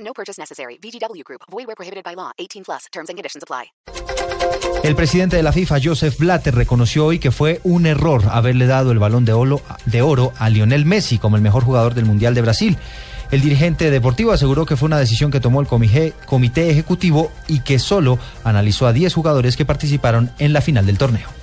No purchase necessary. VGW Group. Void where prohibited by law. 18 plus. Terms and conditions apply. El presidente de la FIFA, Joseph Blatter, reconoció hoy que fue un error haberle dado el balón de oro, de oro a Lionel Messi como el mejor jugador del Mundial de Brasil. El dirigente deportivo aseguró que fue una decisión que tomó el comité, comité ejecutivo y que solo analizó a 10 jugadores que participaron en la final del torneo.